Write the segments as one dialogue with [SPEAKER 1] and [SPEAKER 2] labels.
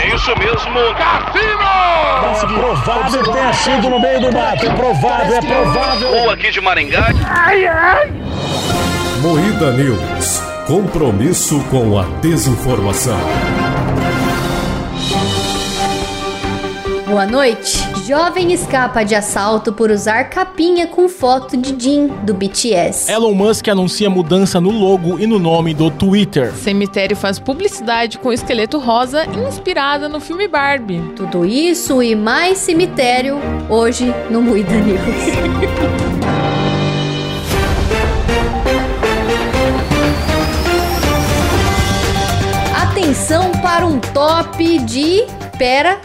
[SPEAKER 1] É isso mesmo, Cassino!
[SPEAKER 2] É provável que tenha sido no meio do mato. É provável, é provável.
[SPEAKER 1] Ou aqui de Maringá.
[SPEAKER 3] Moída News. Compromisso com a desinformação.
[SPEAKER 4] Boa noite. Jovem escapa de assalto por usar capinha com foto de Jin do BTS.
[SPEAKER 5] Elon Musk anuncia mudança no logo e no nome do Twitter.
[SPEAKER 6] Cemitério faz publicidade com esqueleto rosa inspirada no filme Barbie.
[SPEAKER 4] Tudo isso e mais cemitério hoje no Muida News. Atenção para um top de. Pera,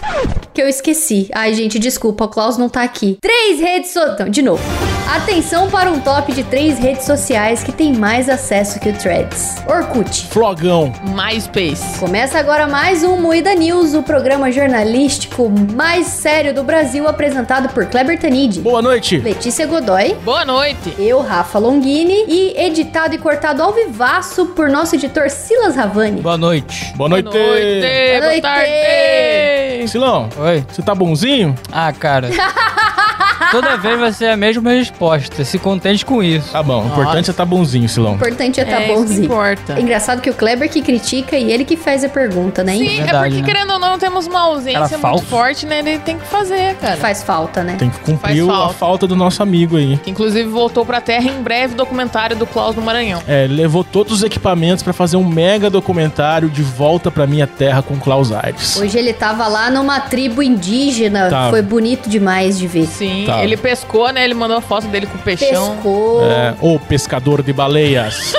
[SPEAKER 4] que eu esqueci. Ai, gente, desculpa, o Klaus não tá aqui. Três redes sociais. De novo. Atenção para um top de três redes sociais que tem mais acesso que o Threads: Orkut.
[SPEAKER 5] Flogão.
[SPEAKER 6] MySpace.
[SPEAKER 4] Começa agora mais um Moída News, o programa jornalístico mais sério do Brasil, apresentado por Kleber Tanid,
[SPEAKER 5] Boa noite.
[SPEAKER 4] Letícia Godoy,
[SPEAKER 6] Boa noite.
[SPEAKER 4] eu, Rafa Longini, e editado e cortado ao vivaço por nosso editor Silas Ravani.
[SPEAKER 7] Boa noite.
[SPEAKER 5] Boa noite.
[SPEAKER 6] Boa
[SPEAKER 4] noite.
[SPEAKER 6] noite. Boa tarde.
[SPEAKER 5] Silão,
[SPEAKER 7] Oi.
[SPEAKER 5] você tá bonzinho?
[SPEAKER 7] Ah, cara. Toda vez vai ser a mesma resposta. Se contente com isso.
[SPEAKER 5] Tá bom. O importante é você tá bonzinho,
[SPEAKER 4] O
[SPEAKER 5] Silão.
[SPEAKER 4] importante é tá
[SPEAKER 6] é, isso que
[SPEAKER 4] bonzinho.
[SPEAKER 6] importa.
[SPEAKER 4] É Engraçado que o Kleber que critica e ele que faz a pergunta, né?
[SPEAKER 6] Sim, é
[SPEAKER 7] Verdade,
[SPEAKER 6] porque
[SPEAKER 7] né?
[SPEAKER 6] querendo ou não temos uma
[SPEAKER 7] Cara
[SPEAKER 6] ausência muito
[SPEAKER 7] falso.
[SPEAKER 6] forte, né? Ele tem que fazer, cara.
[SPEAKER 4] Faz falta, né?
[SPEAKER 5] Tem que cumprir
[SPEAKER 6] Faz
[SPEAKER 5] a
[SPEAKER 6] falta.
[SPEAKER 5] falta do nosso amigo aí.
[SPEAKER 6] Que inclusive voltou pra terra em breve documentário do Klaus do Maranhão.
[SPEAKER 5] É, ele levou todos os equipamentos pra fazer um mega documentário de volta pra minha terra com Klaus Aires.
[SPEAKER 4] Hoje ele tava lá numa tribo indígena,
[SPEAKER 5] Tava.
[SPEAKER 4] foi bonito demais de ver.
[SPEAKER 6] Sim,
[SPEAKER 5] Tá.
[SPEAKER 6] ele pescou, né? Ele mandou a foto dele com o peixão.
[SPEAKER 4] Pescou.
[SPEAKER 5] É, o pescador de baleias.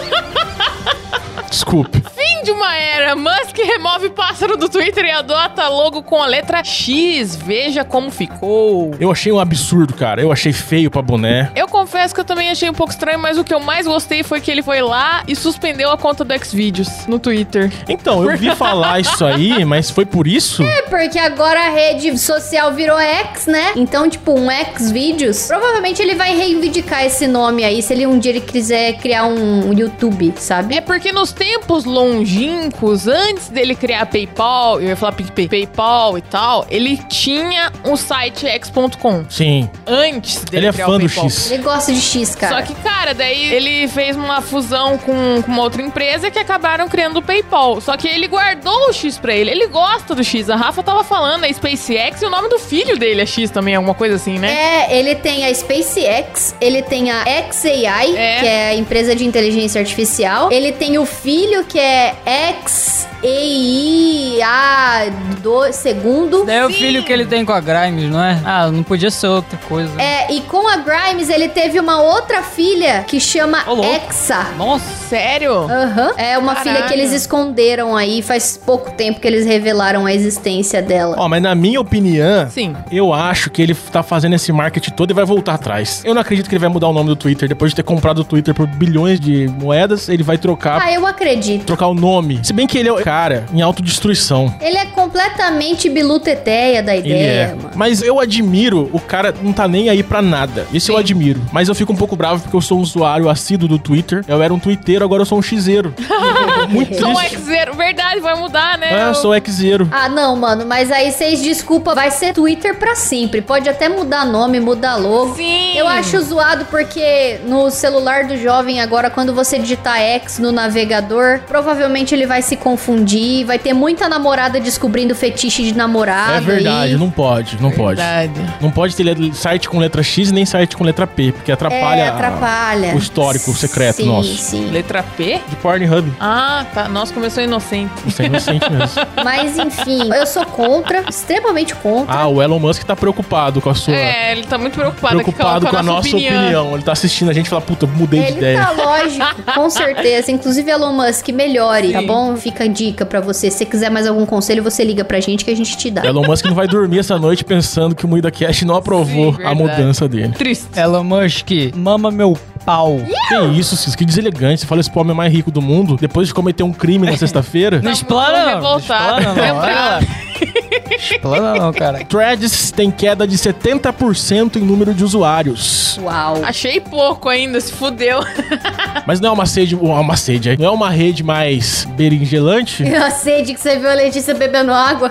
[SPEAKER 5] Desculpe.
[SPEAKER 6] Fim de uma era. Musk remove pássaro do Twitter e adota logo com a letra X. Veja como ficou.
[SPEAKER 5] Eu achei um absurdo, cara. Eu achei feio pra boné.
[SPEAKER 6] Eu confesso que eu também achei um pouco estranho, mas o que eu mais gostei foi que ele foi lá e suspendeu a conta do Xvideos no Twitter.
[SPEAKER 5] Então, eu vi falar isso aí, mas foi por isso?
[SPEAKER 4] É porque agora a rede social virou X, né? Então, tipo, um X vídeos. Provavelmente ele vai reivindicar esse nome aí se ele um dia ele quiser criar um YouTube, sabe?
[SPEAKER 6] É porque nos tempos longínquos, antes dele criar PayPal, eu ia falar PicPay, PayPal e tal, ele tinha um site x.com.
[SPEAKER 5] Sim.
[SPEAKER 6] Antes dele
[SPEAKER 5] Ele é
[SPEAKER 6] criar
[SPEAKER 5] fã
[SPEAKER 6] o
[SPEAKER 5] do
[SPEAKER 6] PayPal.
[SPEAKER 5] X.
[SPEAKER 4] Ele gosta de X, cara.
[SPEAKER 6] Só que, cara, daí ele fez uma fusão com, com uma outra empresa que acabaram criando o PayPal. Só que ele guardou o X pra ele. Ele gosta do X. A Rafa tava falando, a SpaceX e o nome do filho dele é X também, alguma coisa assim, né?
[SPEAKER 4] É, ele tem a SpaceX, ele tem a XAI,
[SPEAKER 6] É.
[SPEAKER 4] que é a empresa de inteligência artificial. Ele tem o filho, que é XAIA do segundo.
[SPEAKER 6] Né?
[SPEAKER 7] Daí é o filho que ele tem com a Grimes, não é? Ah, não podia ser outra coisa.
[SPEAKER 4] É, e com a Grimes ele teve uma outra filha que chama
[SPEAKER 7] Ô, louco.
[SPEAKER 4] Exa.
[SPEAKER 7] Nossa.
[SPEAKER 6] Sério?
[SPEAKER 4] Aham. É uma
[SPEAKER 6] Caralho.
[SPEAKER 4] filha que eles esconderam aí, faz pouco tempo que eles revelaram a existência dela.
[SPEAKER 5] Ó, mas na minha opinião,
[SPEAKER 6] Sim.
[SPEAKER 5] eu acho que ele tá fazendo esse marketing todo e vai voltar atrás. Eu não acredito que ele vai mudar o nome do Twitter. Depois de ter comprado o Twitter por bilhões de moedas, ele vai trocar,
[SPEAKER 4] Ah, eu acredito.
[SPEAKER 5] trocar o nome. Se bem que ele é o cara em autodestruição.
[SPEAKER 4] Ele é completamente biluteteia da
[SPEAKER 5] Ele
[SPEAKER 4] ideia,
[SPEAKER 5] é.
[SPEAKER 4] mano.
[SPEAKER 5] Mas eu admiro, o cara não tá nem aí pra nada. Isso eu admiro. Mas eu fico um pouco bravo porque eu sou um usuário assíduo do Twitter. Eu era um twitteiro, agora eu sou um xero. Muito
[SPEAKER 6] Sou um
[SPEAKER 5] triste.
[SPEAKER 6] X0. Verdade, vai mudar, né?
[SPEAKER 5] Ah, eu sou xero.
[SPEAKER 4] Ah, não, mano, mas aí vocês desculpa, vai ser Twitter pra sempre. Pode até mudar nome, mudar logo.
[SPEAKER 6] Sim.
[SPEAKER 4] Eu acho zoado porque no celular do jovem agora, quando você digitar X no navegador, provavelmente ele vai se confundir, vai ter muita namorada descobrindo fetiche de namorado.
[SPEAKER 5] É verdade,
[SPEAKER 4] aí.
[SPEAKER 5] não pode, não pode.
[SPEAKER 6] Verdade.
[SPEAKER 5] Não pode ter le- site com letra X nem site com letra P, porque atrapalha,
[SPEAKER 4] É,
[SPEAKER 5] a-
[SPEAKER 4] atrapalha.
[SPEAKER 5] o histórico secreto
[SPEAKER 4] sim,
[SPEAKER 5] nosso.
[SPEAKER 4] Sim.
[SPEAKER 6] Letra P?
[SPEAKER 5] de Pornhub.
[SPEAKER 6] Ah, tá. Nossa, começou inocente.
[SPEAKER 5] Isso é inocente mesmo.
[SPEAKER 4] Mas enfim, eu sou contra, extremamente contra.
[SPEAKER 5] Ah, o Elon Musk tá preocupado com a sua.
[SPEAKER 6] É, ele tá muito preocupado, aqui
[SPEAKER 5] preocupado com a, nossa opinião. Ele tá assistindo a gente e fala, puta, mudei de
[SPEAKER 4] Ele
[SPEAKER 5] ideia.
[SPEAKER 4] tá lógico, com certeza. Inclusive, Elon Musk, melhore, tá bom? Fica a dica pra você. Se você quiser mais algum conselho, você liga pra gente que a gente te dá.
[SPEAKER 5] Elon Musk não vai dormir essa noite pensando que o Moída Cash não aprovou
[SPEAKER 6] Sim,
[SPEAKER 5] a
[SPEAKER 6] verdade.
[SPEAKER 5] mudança dele.
[SPEAKER 6] Triste.
[SPEAKER 7] Elon Musk, mama meu pau.
[SPEAKER 5] Que isso, Cis, que deselegante. Você fala esse pobre é mais rico do mundo, depois de cometer um crime na sexta-feira.
[SPEAKER 7] Não explana, não.
[SPEAKER 6] revoltado.
[SPEAKER 7] Não explana, não. Olha lá.
[SPEAKER 6] Lembrado.
[SPEAKER 7] Plana não, cara.
[SPEAKER 5] Threads tem queda de 70% em número de usuários.
[SPEAKER 4] Uau.
[SPEAKER 6] Achei pouco ainda, se fudeu.
[SPEAKER 5] Mas não é uma sede, uma uma sede, não é uma rede mais berinjelante,
[SPEAKER 4] Eu sei de que você viu a Letícia bebendo água.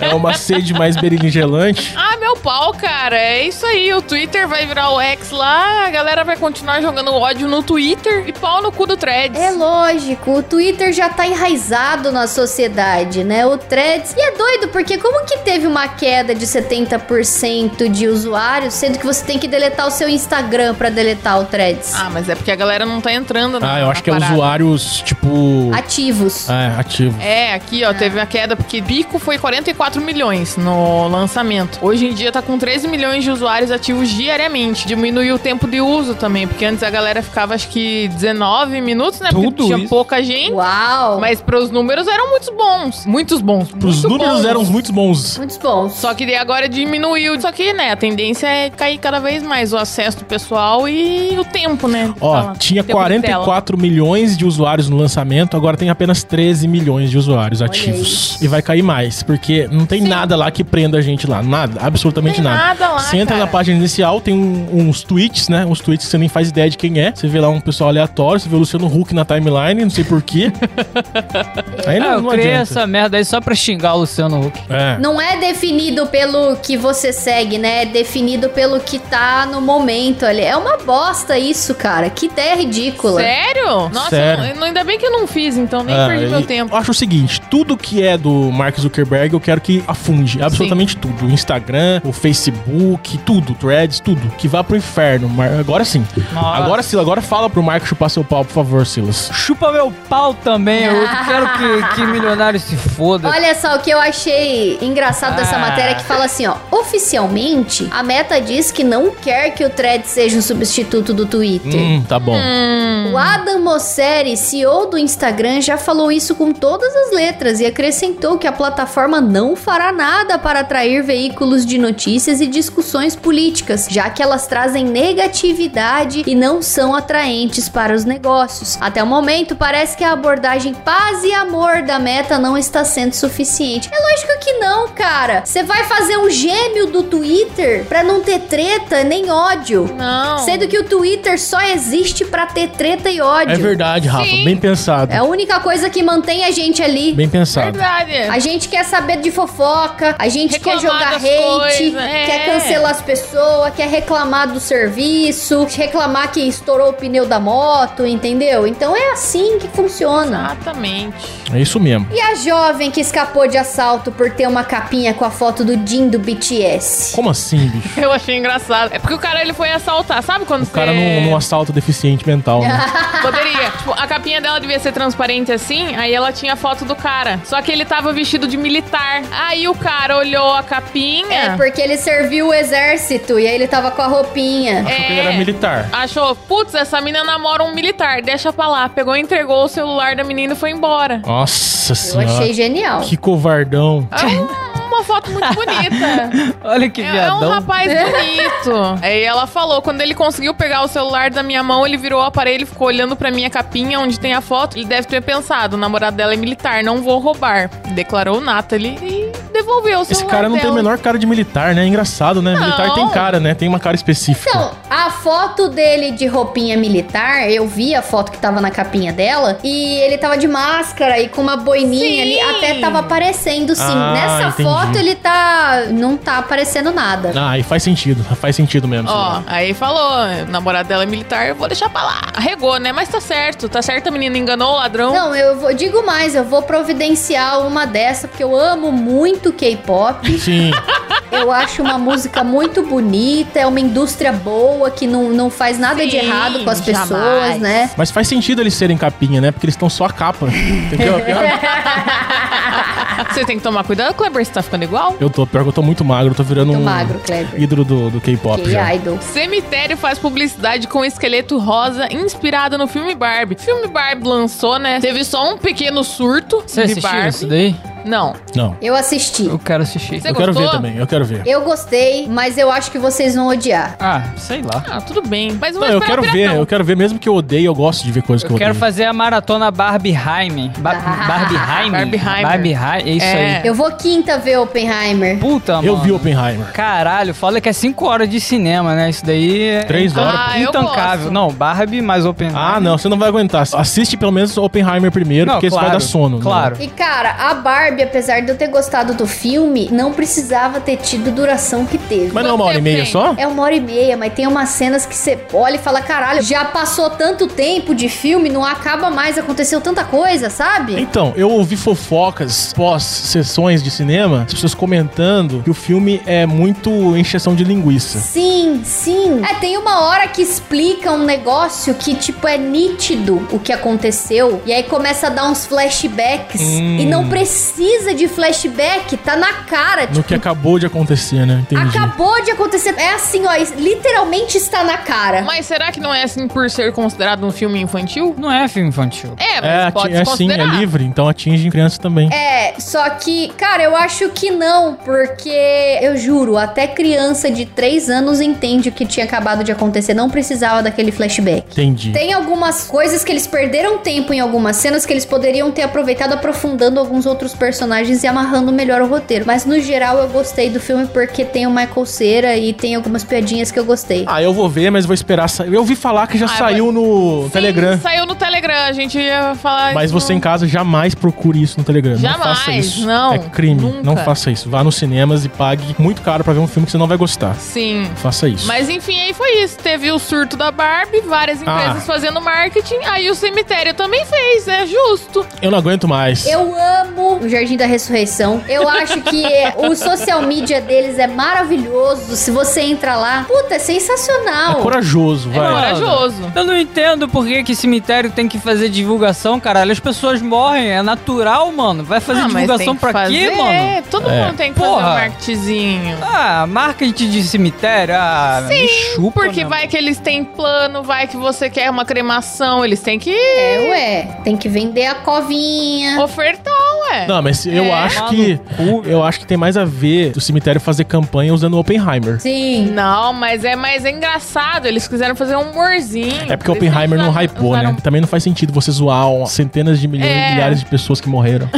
[SPEAKER 5] é uma sede mais berinjelante.
[SPEAKER 6] Ah, meu pau, cara. É isso aí. O Twitter vai virar o X lá. A galera vai continuar jogando ódio no Twitter e pau no cu do Threads.
[SPEAKER 4] É lógico, o Twitter já tá enraizado na sociedade, né? O Threads. E é doido, porque como que teve uma queda de 70% de usuários, sendo que você tem que deletar o seu Instagram pra deletar o Threads?
[SPEAKER 6] Ah, mas é porque a galera não tá entrando na
[SPEAKER 5] Ah, eu acho
[SPEAKER 6] na
[SPEAKER 5] que é
[SPEAKER 6] parada.
[SPEAKER 5] usuários, tipo...
[SPEAKER 4] Ativos.
[SPEAKER 5] É, ativo.
[SPEAKER 6] É, aqui, ó, teve a queda porque pico foi 44 milhões no lançamento. Hoje em dia tá com 13 milhões de usuários ativos diariamente. Diminuiu o tempo de uso também, porque antes a galera ficava acho que 19 minutos, né? porque
[SPEAKER 7] Tudo
[SPEAKER 6] tinha
[SPEAKER 7] isso?
[SPEAKER 6] pouca gente.
[SPEAKER 4] Uau.
[SPEAKER 6] Ah. Mas pros números eram muitos bons. Muitos bons.
[SPEAKER 5] Os
[SPEAKER 6] É muito
[SPEAKER 5] números
[SPEAKER 6] bons.
[SPEAKER 5] eram muito bons.
[SPEAKER 4] Muitos bons.
[SPEAKER 6] Só que daí agora diminuiu. Só que, né, a tendência é cair cada vez mais o acesso do pessoal e o tempo, né?
[SPEAKER 5] Ó,
[SPEAKER 6] Fala.
[SPEAKER 5] tinha
[SPEAKER 6] Tempo de tela.
[SPEAKER 5] 44 milhões de usuários no lançamento, agora tem apenas 13 milhões de usuários ativos.
[SPEAKER 4] isso.
[SPEAKER 5] E vai cair mais, porque não tem nada lá que prenda a gente lá. Nada, absolutamente
[SPEAKER 6] Tem
[SPEAKER 5] nada.
[SPEAKER 6] nada lá,
[SPEAKER 5] Você entra na
[SPEAKER 6] cara.
[SPEAKER 5] página inicial, tem um- uns tweets, né? Uns tweets que você nem faz ideia de quem é. Você vê lá um pessoal aleatório, você vê o Luciano Huck na timeline, não sei porquê. Aí não,
[SPEAKER 6] É,
[SPEAKER 7] Ah, eu
[SPEAKER 5] não
[SPEAKER 7] criei
[SPEAKER 5] adianta.
[SPEAKER 7] essa merda aí só pra xingar o Luciano Huck.
[SPEAKER 5] É.
[SPEAKER 4] Não é definido pelo que você segue, né? É definido pelo que tá no momento ali. É uma bosta isso, cara. Que ideia ridícula.
[SPEAKER 6] Sério? Nossa,
[SPEAKER 5] Sério.
[SPEAKER 6] eu não- ainda bem que eu não fiz, então nem
[SPEAKER 5] É,
[SPEAKER 6] perdi
[SPEAKER 5] e
[SPEAKER 6] meu tempo.
[SPEAKER 5] Eu acho o seguinte, tudo que é do Mark Zuckerberg, eu quero que afunde. Absolutamente tudo. O Instagram, o Facebook, tudo, threads, tudo. Que vá pro inferno. Mar- Agora sim.
[SPEAKER 7] Nossa.
[SPEAKER 5] Agora, Silas, agora fala pro Mark chupar seu pau, por favor, Silas.
[SPEAKER 7] Chupa meu pau também, eu quero que, que milionário se foda.
[SPEAKER 4] Olha só o que eu achei engraçado dessa
[SPEAKER 7] Ah.
[SPEAKER 4] matéria que fala assim, ó. Oficialmente, a Meta diz que não quer que o Thread seja um substituto do Twitter.
[SPEAKER 5] Hum, tá bom.
[SPEAKER 4] O Adam Mosseri, CEO do Instagram, já falou isso com todas as letras e acrescentou que a plataforma não fará nada para atrair veículos de notícias e discussões políticas, já que elas trazem negatividade e não são atraentes para os negócios. Até o momento, parece que a abordagem paz e amor da meta não está sendo suficiente. É lógico que não, cara. Você vai fazer um gêmeo do Twitter para não ter treta nem ódio.
[SPEAKER 6] Não.
[SPEAKER 4] Sendo que o Twitter só existe pra ter treta e ódio.
[SPEAKER 5] É verdade, Rafa.
[SPEAKER 6] Sim.
[SPEAKER 5] Bem pensado.
[SPEAKER 4] É a única coisa que mantém a gente ali.
[SPEAKER 5] Bem pensado.
[SPEAKER 6] Verdade.
[SPEAKER 4] A gente quer saber de fofoca, a gente quer
[SPEAKER 6] Reclamar
[SPEAKER 4] jogar
[SPEAKER 6] das
[SPEAKER 4] hate,
[SPEAKER 6] coisas, é.
[SPEAKER 4] quer cancelar as pessoas, quer reclamar do serviço, reclamar que estourou o pneu da moto, entendeu? Então é assim que funciona.
[SPEAKER 6] Exatamente.
[SPEAKER 5] É isso mesmo.
[SPEAKER 4] E a jovem que escapou de assalto por ter uma capinha com a foto do Jin do BTS?
[SPEAKER 5] Como assim, bicho?
[SPEAKER 6] Eu achei engraçado. É porque o cara ele foi assaltar, sabe quando
[SPEAKER 5] O cara
[SPEAKER 6] você-
[SPEAKER 5] não, não assalta deficiente mental, né?
[SPEAKER 6] Poderia. Tipo, a capinha dela devia ser transparente assim, aí ela tinha a foto do cara. Só que ele tava vestido de militar. Aí o cara olhou a capinha.
[SPEAKER 4] É porque ele serviu o exército e aí ele tava com a roupinha.
[SPEAKER 5] Achou que ele
[SPEAKER 6] É.
[SPEAKER 5] era militar.
[SPEAKER 6] Achou, putz, essa mina namora um militar, deixa pra lá. Pegou, entregou o celular da menina e foi embora.
[SPEAKER 5] Nossa
[SPEAKER 4] Eu
[SPEAKER 5] senhora.
[SPEAKER 4] achei genial.
[SPEAKER 5] Que covardão.
[SPEAKER 6] É um- uma foto muito bonita.
[SPEAKER 7] Olha que
[SPEAKER 6] É, é um
[SPEAKER 7] viadão.
[SPEAKER 6] rapaz bonito. Aí ela falou, quando ele conseguiu pegar o celular da minha mão, ele virou o aparelho, ficou olhando pra minha capinha onde tem a foto. Ele deve ter pensado, o namorado dela é militar, não vou roubar. Declarou Natalie e devolveu o celular
[SPEAKER 5] Esse cara não tem a
[SPEAKER 6] dela.
[SPEAKER 5] menor cara de militar, né? Engraçado, né? Militar tem cara, né? Tem uma cara específica.
[SPEAKER 4] Então, a foto dele de roupinha militar, eu vi a foto que tava na capinha dela, e ele tava de máscara e com uma
[SPEAKER 6] Sim.
[SPEAKER 4] boininha ali, até tava aparecendo sim.
[SPEAKER 5] Ah,
[SPEAKER 4] Nessa
[SPEAKER 5] entendi.
[SPEAKER 4] foto ele tá. não tá aparecendo nada.
[SPEAKER 5] Ah, e faz sentido. Faz sentido mesmo.
[SPEAKER 6] Ó, aí falou, o namorado dela é militar, eu vou deixar pra lá. Arregou, né? Mas tá certo, tá certo, a menina enganou o ladrão.
[SPEAKER 4] Não, eu vou- digo mais, eu vou providenciar uma dessa, porque eu amo muito K-pop.
[SPEAKER 5] Sim.
[SPEAKER 4] eu acho uma música muito bonita, é uma indústria boa, que não, não faz nada de
[SPEAKER 6] Sim,
[SPEAKER 4] errado com as pessoas,
[SPEAKER 6] jamais.
[SPEAKER 4] né?
[SPEAKER 5] Mas faz sentido eles serem capinha, né? Porque eles estão só a capa. Entendeu?
[SPEAKER 6] Você tem que tomar cuidado, Kleber, você tá ficando igual.
[SPEAKER 5] Eu tô, pior que eu tô muito magro, eu tô virando
[SPEAKER 4] Tô
[SPEAKER 5] um
[SPEAKER 4] magro, Kleber.
[SPEAKER 5] ídolo do, do K-pop. já.
[SPEAKER 4] K-idol.
[SPEAKER 6] Cemitério faz publicidade com esqueleto rosa inspirado no filme Barbie. O filme Barbie lançou, né? Teve só um pequeno surto
[SPEAKER 7] Você
[SPEAKER 6] de
[SPEAKER 7] assistiu
[SPEAKER 6] Barbie.
[SPEAKER 7] isso daí?
[SPEAKER 6] Não.
[SPEAKER 5] Não.
[SPEAKER 4] Eu assisti.
[SPEAKER 7] Eu quero assistir.
[SPEAKER 6] Você
[SPEAKER 5] eu quero
[SPEAKER 6] gostou?
[SPEAKER 5] ver também, eu quero ver.
[SPEAKER 4] Eu gostei, mas eu acho que vocês vão odiar.
[SPEAKER 7] Ah, sei lá.
[SPEAKER 6] Ah, tudo bem. Mas não
[SPEAKER 5] Não,
[SPEAKER 6] vai
[SPEAKER 5] eu quero
[SPEAKER 6] esperar virar,
[SPEAKER 5] ver,
[SPEAKER 6] não.
[SPEAKER 5] eu quero ver mesmo que eu odeie, eu gosto de ver coisas que eu
[SPEAKER 7] Eu quero
[SPEAKER 5] odeio.
[SPEAKER 7] fazer a maratona Barbieheim. Ba Barbieheim?
[SPEAKER 6] Barbieheimer.
[SPEAKER 7] Barbieheim, é isso
[SPEAKER 6] Ah, É.
[SPEAKER 7] aí.
[SPEAKER 4] Eu vou quinta ver Oppenheimer.
[SPEAKER 7] Puta, mano.
[SPEAKER 5] Eu vi Oppenheimer.
[SPEAKER 7] Caralho, fala que é 5 horas de cinema, né? Isso daí é
[SPEAKER 5] Três
[SPEAKER 7] intan-
[SPEAKER 5] horas.
[SPEAKER 6] Ah, eu
[SPEAKER 7] intancável.
[SPEAKER 6] gosto.
[SPEAKER 7] Não, Barbie mais Oppenheimer.
[SPEAKER 5] Ah, não, você não vai aguentar. Assiste pelo menos Oppenheimer primeiro,
[SPEAKER 7] Não,
[SPEAKER 5] porque isso vai
[SPEAKER 7] claro,
[SPEAKER 5] dar sono. né?
[SPEAKER 7] Claro.
[SPEAKER 4] E cara, a Barbie, apesar de eu ter gostado do filme, não precisava ter tido duração que teve.
[SPEAKER 5] Mas não é uma
[SPEAKER 6] Quanto
[SPEAKER 5] hora e
[SPEAKER 6] tempo
[SPEAKER 5] meia
[SPEAKER 6] tem?
[SPEAKER 5] só?
[SPEAKER 4] É uma hora e meia, mas tem umas cenas que você olha e fala: caralho, já passou tanto tempo de filme, não acaba mais, aconteceu tanta coisa, sabe?
[SPEAKER 5] Então, eu ouvi fofocas pós-sessões de cinema, as pessoas comentando que o filme é muito encheção de linguiça.
[SPEAKER 4] Sim, sim. É, tem uma hora que explica um negócio que, tipo, é nítido o que aconteceu. E aí começa a dar uns flashbacks.
[SPEAKER 5] Hum.
[SPEAKER 4] E não precisa de flashback, tá na cara.
[SPEAKER 5] No
[SPEAKER 4] Tipo,
[SPEAKER 5] que acabou de acontecer, né? Entendi.
[SPEAKER 4] acabou de acontecer. É assim, ó, isso literalmente está na cara.
[SPEAKER 6] Mas será que não é assim por ser considerado um filme infantil?
[SPEAKER 7] Não é filme infantil.
[SPEAKER 6] É, mas
[SPEAKER 5] É, ati-
[SPEAKER 6] pode
[SPEAKER 5] é
[SPEAKER 6] se
[SPEAKER 5] sim, é
[SPEAKER 6] considerar.
[SPEAKER 5] livre, então atinge crianças também.
[SPEAKER 4] É, só que, cara, eu acho que não, porque eu juro, até criança de 3 anos entende o que tinha acabado de acontecer, não precisava daquele flashback.
[SPEAKER 5] Entendi.
[SPEAKER 4] Tem algumas coisas que eles perderam tempo em algumas cenas que eles poderiam ter aproveitado aprofundando alguns outros personagens e amarrando melhor o roteiro. Mas no geral eu gostei do filme porque tem o Michael Cera e tem algumas piadinhas que eu gostei.
[SPEAKER 5] Ah, eu vou ver, mas vou esperar sair. Eu ouvi falar que já
[SPEAKER 6] Ah,
[SPEAKER 5] saiu no
[SPEAKER 6] Sim,
[SPEAKER 5] Telegram.
[SPEAKER 6] Saiu no Telegram, a gente ia falar.
[SPEAKER 5] Mas
[SPEAKER 6] isso
[SPEAKER 5] você
[SPEAKER 6] no-
[SPEAKER 5] em casa jamais procure isso no Telegram. não
[SPEAKER 6] Jamais,
[SPEAKER 5] faça isso.
[SPEAKER 6] não,
[SPEAKER 5] É crime.
[SPEAKER 6] nunca.
[SPEAKER 5] Não faça isso. Vá nos cinemas e pague muito caro pra ver um filme que você não vai gostar.
[SPEAKER 6] Sim.
[SPEAKER 5] Faça isso.
[SPEAKER 6] Mas enfim, aí foi isso. Teve o surto da Barbie, várias empresas
[SPEAKER 5] Ah.
[SPEAKER 6] fazendo marketing. Aí o cemitério também fez, é justo.
[SPEAKER 5] Eu não aguento mais.
[SPEAKER 4] Eu amo o Jardim da Ressurreição. Eu acho que é- o social media deles é maravilhoso. Se você entra lá, puta, é
[SPEAKER 5] É
[SPEAKER 4] sensacional.
[SPEAKER 5] corajoso, vai.
[SPEAKER 6] Corajoso.
[SPEAKER 7] Eu não entendo por que, que cemitério tem que fazer divulgação, caralho. As pessoas morrem, é natural, mano. Vai fazer
[SPEAKER 6] Ah, mas tem
[SPEAKER 7] divulgação
[SPEAKER 6] que
[SPEAKER 7] pra
[SPEAKER 6] fazer,
[SPEAKER 7] quê, mano?
[SPEAKER 6] É, todo
[SPEAKER 5] É.
[SPEAKER 6] mundo tem que fazer
[SPEAKER 7] Porra.
[SPEAKER 6] um marketingzinho.
[SPEAKER 7] Ah, marketing de cemitério? Ah, me chupa,
[SPEAKER 6] Porque
[SPEAKER 7] né,
[SPEAKER 6] vai que eles têm plano, vai que você quer uma cremação, eles têm que
[SPEAKER 4] É, ué. Tem que vender a covinha.
[SPEAKER 6] ofertar, ué.
[SPEAKER 5] Não, mas eu
[SPEAKER 6] É.
[SPEAKER 5] acho
[SPEAKER 7] Tomar
[SPEAKER 5] que.
[SPEAKER 7] no cu.
[SPEAKER 5] Eu acho que tem mais a ver do cemitério fazer campanha usando o Oppenheimer.
[SPEAKER 4] Sim.
[SPEAKER 6] Não, mas é mais engraçado. Eles quiseram fazer um humorzinho.
[SPEAKER 5] É porque o
[SPEAKER 6] Eles
[SPEAKER 5] Oppenheimer não
[SPEAKER 6] usaram-
[SPEAKER 5] hypou, né?
[SPEAKER 6] usaram-
[SPEAKER 5] Também não faz sentido você zoar um- centenas de milhões,
[SPEAKER 6] É.
[SPEAKER 5] milhares de pessoas que morreram.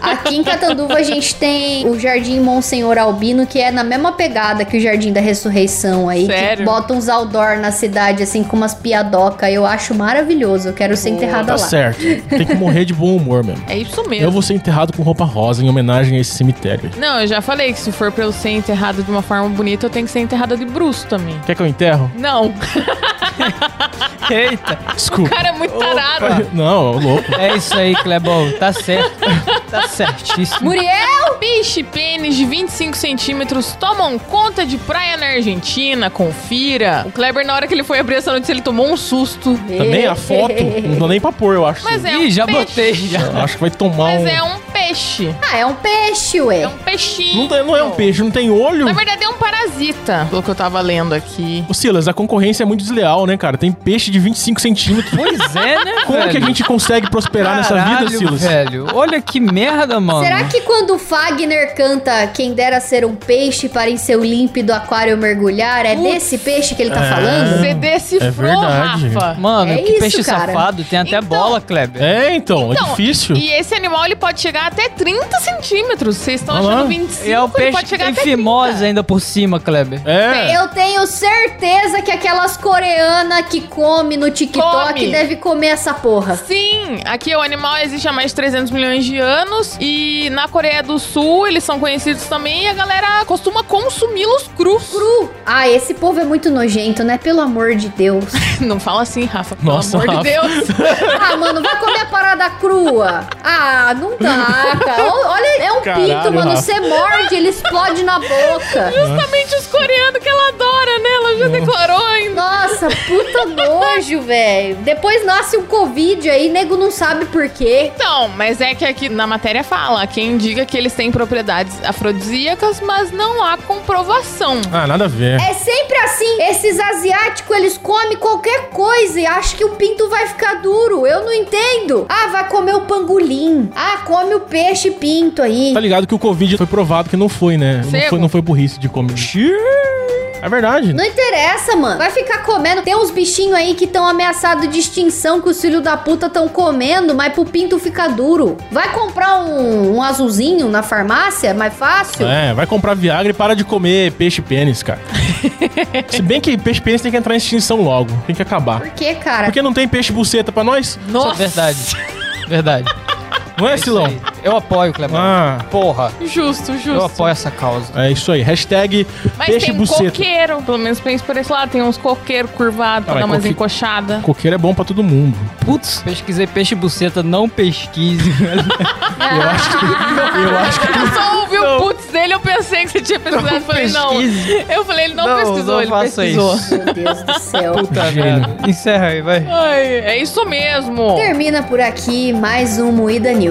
[SPEAKER 4] Aqui em Catanduva a gente tem o Jardim Monsenhor Albino, que é na mesma pegada que o Jardim da Ressurreição aí. Que
[SPEAKER 6] Sério?
[SPEAKER 4] bota uns outdoor na cidade, assim, com umas piadoca. Eu acho maravilhoso. Eu quero ser enterrada
[SPEAKER 5] tá
[SPEAKER 4] lá.
[SPEAKER 5] certo. Tem que morrer de bom humor mesmo.
[SPEAKER 6] É isso mesmo.
[SPEAKER 5] Eu vou ser enterrado com roupa rosa em homenagem a esse cemitério.
[SPEAKER 6] Não, eu já falei que se for pra eu ser enterrada de uma forma bonita, eu tenho que ser enterrada de bruxo também.
[SPEAKER 5] Quer que eu enterro?
[SPEAKER 6] Não,
[SPEAKER 7] mano? Eita.
[SPEAKER 6] o
[SPEAKER 5] Desculpa.
[SPEAKER 6] cara é muito tarado.
[SPEAKER 5] Não, ô, louco.
[SPEAKER 7] É isso aí, Clebão. Tá certo. Tá certíssimo.
[SPEAKER 4] Muriel!
[SPEAKER 6] Peixe pênis de 25 centímetros tomam conta de praia na Argentina, confira. O Kleber, na hora que ele foi abrir essa notícia, ele tomou um susto.
[SPEAKER 5] Também a foto, não dá nem pra pôr, eu acho.
[SPEAKER 6] Mas é um
[SPEAKER 7] Ih, já
[SPEAKER 6] peixe.
[SPEAKER 7] botei, já.
[SPEAKER 5] Eu Acho que vai tomar
[SPEAKER 6] Mas
[SPEAKER 5] um...
[SPEAKER 6] é um peixe.
[SPEAKER 4] Ah, é um peixe,
[SPEAKER 6] É
[SPEAKER 4] ué.
[SPEAKER 6] um peixinho.
[SPEAKER 5] Não, tem- não é um peixe, não tem olho.
[SPEAKER 6] Na verdade, é um parasita, pelo que eu tava lendo aqui.
[SPEAKER 5] Ô, Silas, a concorrência é muito desleal, né, cara? Tem peixe de 25 centímetros.
[SPEAKER 7] Pois é, né,
[SPEAKER 5] Como
[SPEAKER 7] velho?
[SPEAKER 5] que a gente consegue prosperar nessa
[SPEAKER 7] Caralho,
[SPEAKER 5] vida, Silas?
[SPEAKER 7] velho. Olha que merda, mano.
[SPEAKER 4] Será que quando o Fagner canta Quem dera ser um peixe para em seu límpido aquário mergulhar, é
[SPEAKER 6] Putz.
[SPEAKER 4] desse peixe que ele tá
[SPEAKER 5] É.
[SPEAKER 4] falando?
[SPEAKER 6] Você decifrou,
[SPEAKER 5] verdade.
[SPEAKER 6] Rafa.
[SPEAKER 7] Mano,
[SPEAKER 4] É
[SPEAKER 7] que
[SPEAKER 4] isso,
[SPEAKER 7] peixe
[SPEAKER 4] cara.
[SPEAKER 7] safado. Tem até
[SPEAKER 6] Então-
[SPEAKER 7] bola, Kleber.
[SPEAKER 5] É, então,
[SPEAKER 6] Então,
[SPEAKER 5] é difícil.
[SPEAKER 6] E esse animal, ele pode chegar até 30 centímetros. Vocês estão
[SPEAKER 5] Olha lá.
[SPEAKER 6] achando 25,
[SPEAKER 7] E é o
[SPEAKER 6] ele
[SPEAKER 7] peixe
[SPEAKER 6] pode
[SPEAKER 7] que
[SPEAKER 6] chegar
[SPEAKER 7] tem
[SPEAKER 6] até 30.
[SPEAKER 7] fimose ainda por cima, Kleber.
[SPEAKER 5] É.
[SPEAKER 4] Eu tenho certeza que aquelas coreanas que come no TikTok
[SPEAKER 6] Come.
[SPEAKER 4] deve comer essa porra.
[SPEAKER 6] Sim, aqui o animal existe há mais de 300 milhões de anos e na Coreia do Sul eles são conhecidos também e a galera costuma consumi-los crus.
[SPEAKER 4] Cru. Ah, esse povo é muito nojento, né? Pelo amor de Deus.
[SPEAKER 6] Não fala assim, Rafa, pelo
[SPEAKER 5] Nossa,
[SPEAKER 6] amor
[SPEAKER 5] Rafa.
[SPEAKER 6] de Deus.
[SPEAKER 4] Ah, mano, vai comer a parada crua. Ah, não dá, cara. O- Olha, é um pinto,
[SPEAKER 5] Caralho,
[SPEAKER 4] mano.
[SPEAKER 5] Rafa.
[SPEAKER 4] Você morde, ele explode na boca.
[SPEAKER 6] Justamente os coreanos que ela adora, né? Ela já declarou ainda.
[SPEAKER 4] Nossa, puta nojo, velho. Depois nasce um Covid aí, nego não sabe por quê.
[SPEAKER 6] Então, mas é que aqui na matéria fala quem diga que eles têm propriedades afrodisíacas, mas não há comprovação.
[SPEAKER 5] Ah, nada a ver.
[SPEAKER 4] É sempre assim. Esses asiáticos, eles comem qualquer coisa e acham que o pinto vai ficar duro. Eu não entendo. Ah, vai comer o pangolim. Ah, come o peixe pinto aí.
[SPEAKER 5] Tá ligado que o Covid foi provado que não foi, né? Não
[SPEAKER 6] Cego.
[SPEAKER 5] foi, não foi burrice de comer. É verdade.
[SPEAKER 4] Não interessa, mano. Vai ficar comendo. Tem uns bichinhos aí que estão ameaçados de extinção, que os filhos da puta estão comendo, mas pro pinto fica duro. Vai comprar um, um azulzinho na farmácia? Mais fácil?
[SPEAKER 5] É, vai comprar Viagra e para de comer peixe pênis, cara. Se bem que peixe pênis tem que entrar em extinção logo, tem que acabar.
[SPEAKER 4] Por que, cara?
[SPEAKER 5] Porque não tem peixe buceta pra nós?
[SPEAKER 7] Isso é verdade. Verdade.
[SPEAKER 5] Não é, Silão?
[SPEAKER 7] Isso aí. Eu apoio, Clemão.
[SPEAKER 5] Ah.
[SPEAKER 7] Porra.
[SPEAKER 6] Justo,
[SPEAKER 7] Eu
[SPEAKER 6] justo.
[SPEAKER 7] apoio essa causa.
[SPEAKER 5] É isso aí. Hashtag
[SPEAKER 6] Mas
[SPEAKER 5] peixe
[SPEAKER 6] tem
[SPEAKER 5] buceta.
[SPEAKER 6] coqueiro, pelo menos penso por esse lado. Tem uns coqueiros curvados
[SPEAKER 5] Ah,
[SPEAKER 6] pra
[SPEAKER 5] mas
[SPEAKER 6] dar umas
[SPEAKER 5] coque-
[SPEAKER 6] encoxadas.
[SPEAKER 5] Coqueiro é bom pra todo mundo.
[SPEAKER 7] Putz, pesquisei peixe buceta, não pesquise.
[SPEAKER 5] Eu acho que.
[SPEAKER 6] Eu só ouvi o putz dele, eu pensei que você tinha pesquisado. Eu falei,
[SPEAKER 7] pesquise.
[SPEAKER 6] não. Eu falei, ele não,
[SPEAKER 7] Não,
[SPEAKER 6] pesquisou,
[SPEAKER 7] não
[SPEAKER 6] ele
[SPEAKER 7] faça
[SPEAKER 6] pesquisou.
[SPEAKER 7] isso.
[SPEAKER 4] Meu Deus do céu.
[SPEAKER 7] Puta merda. Encerra aí, vai.
[SPEAKER 6] Ai, é isso mesmo.
[SPEAKER 4] Termina por aqui mais um Moída News.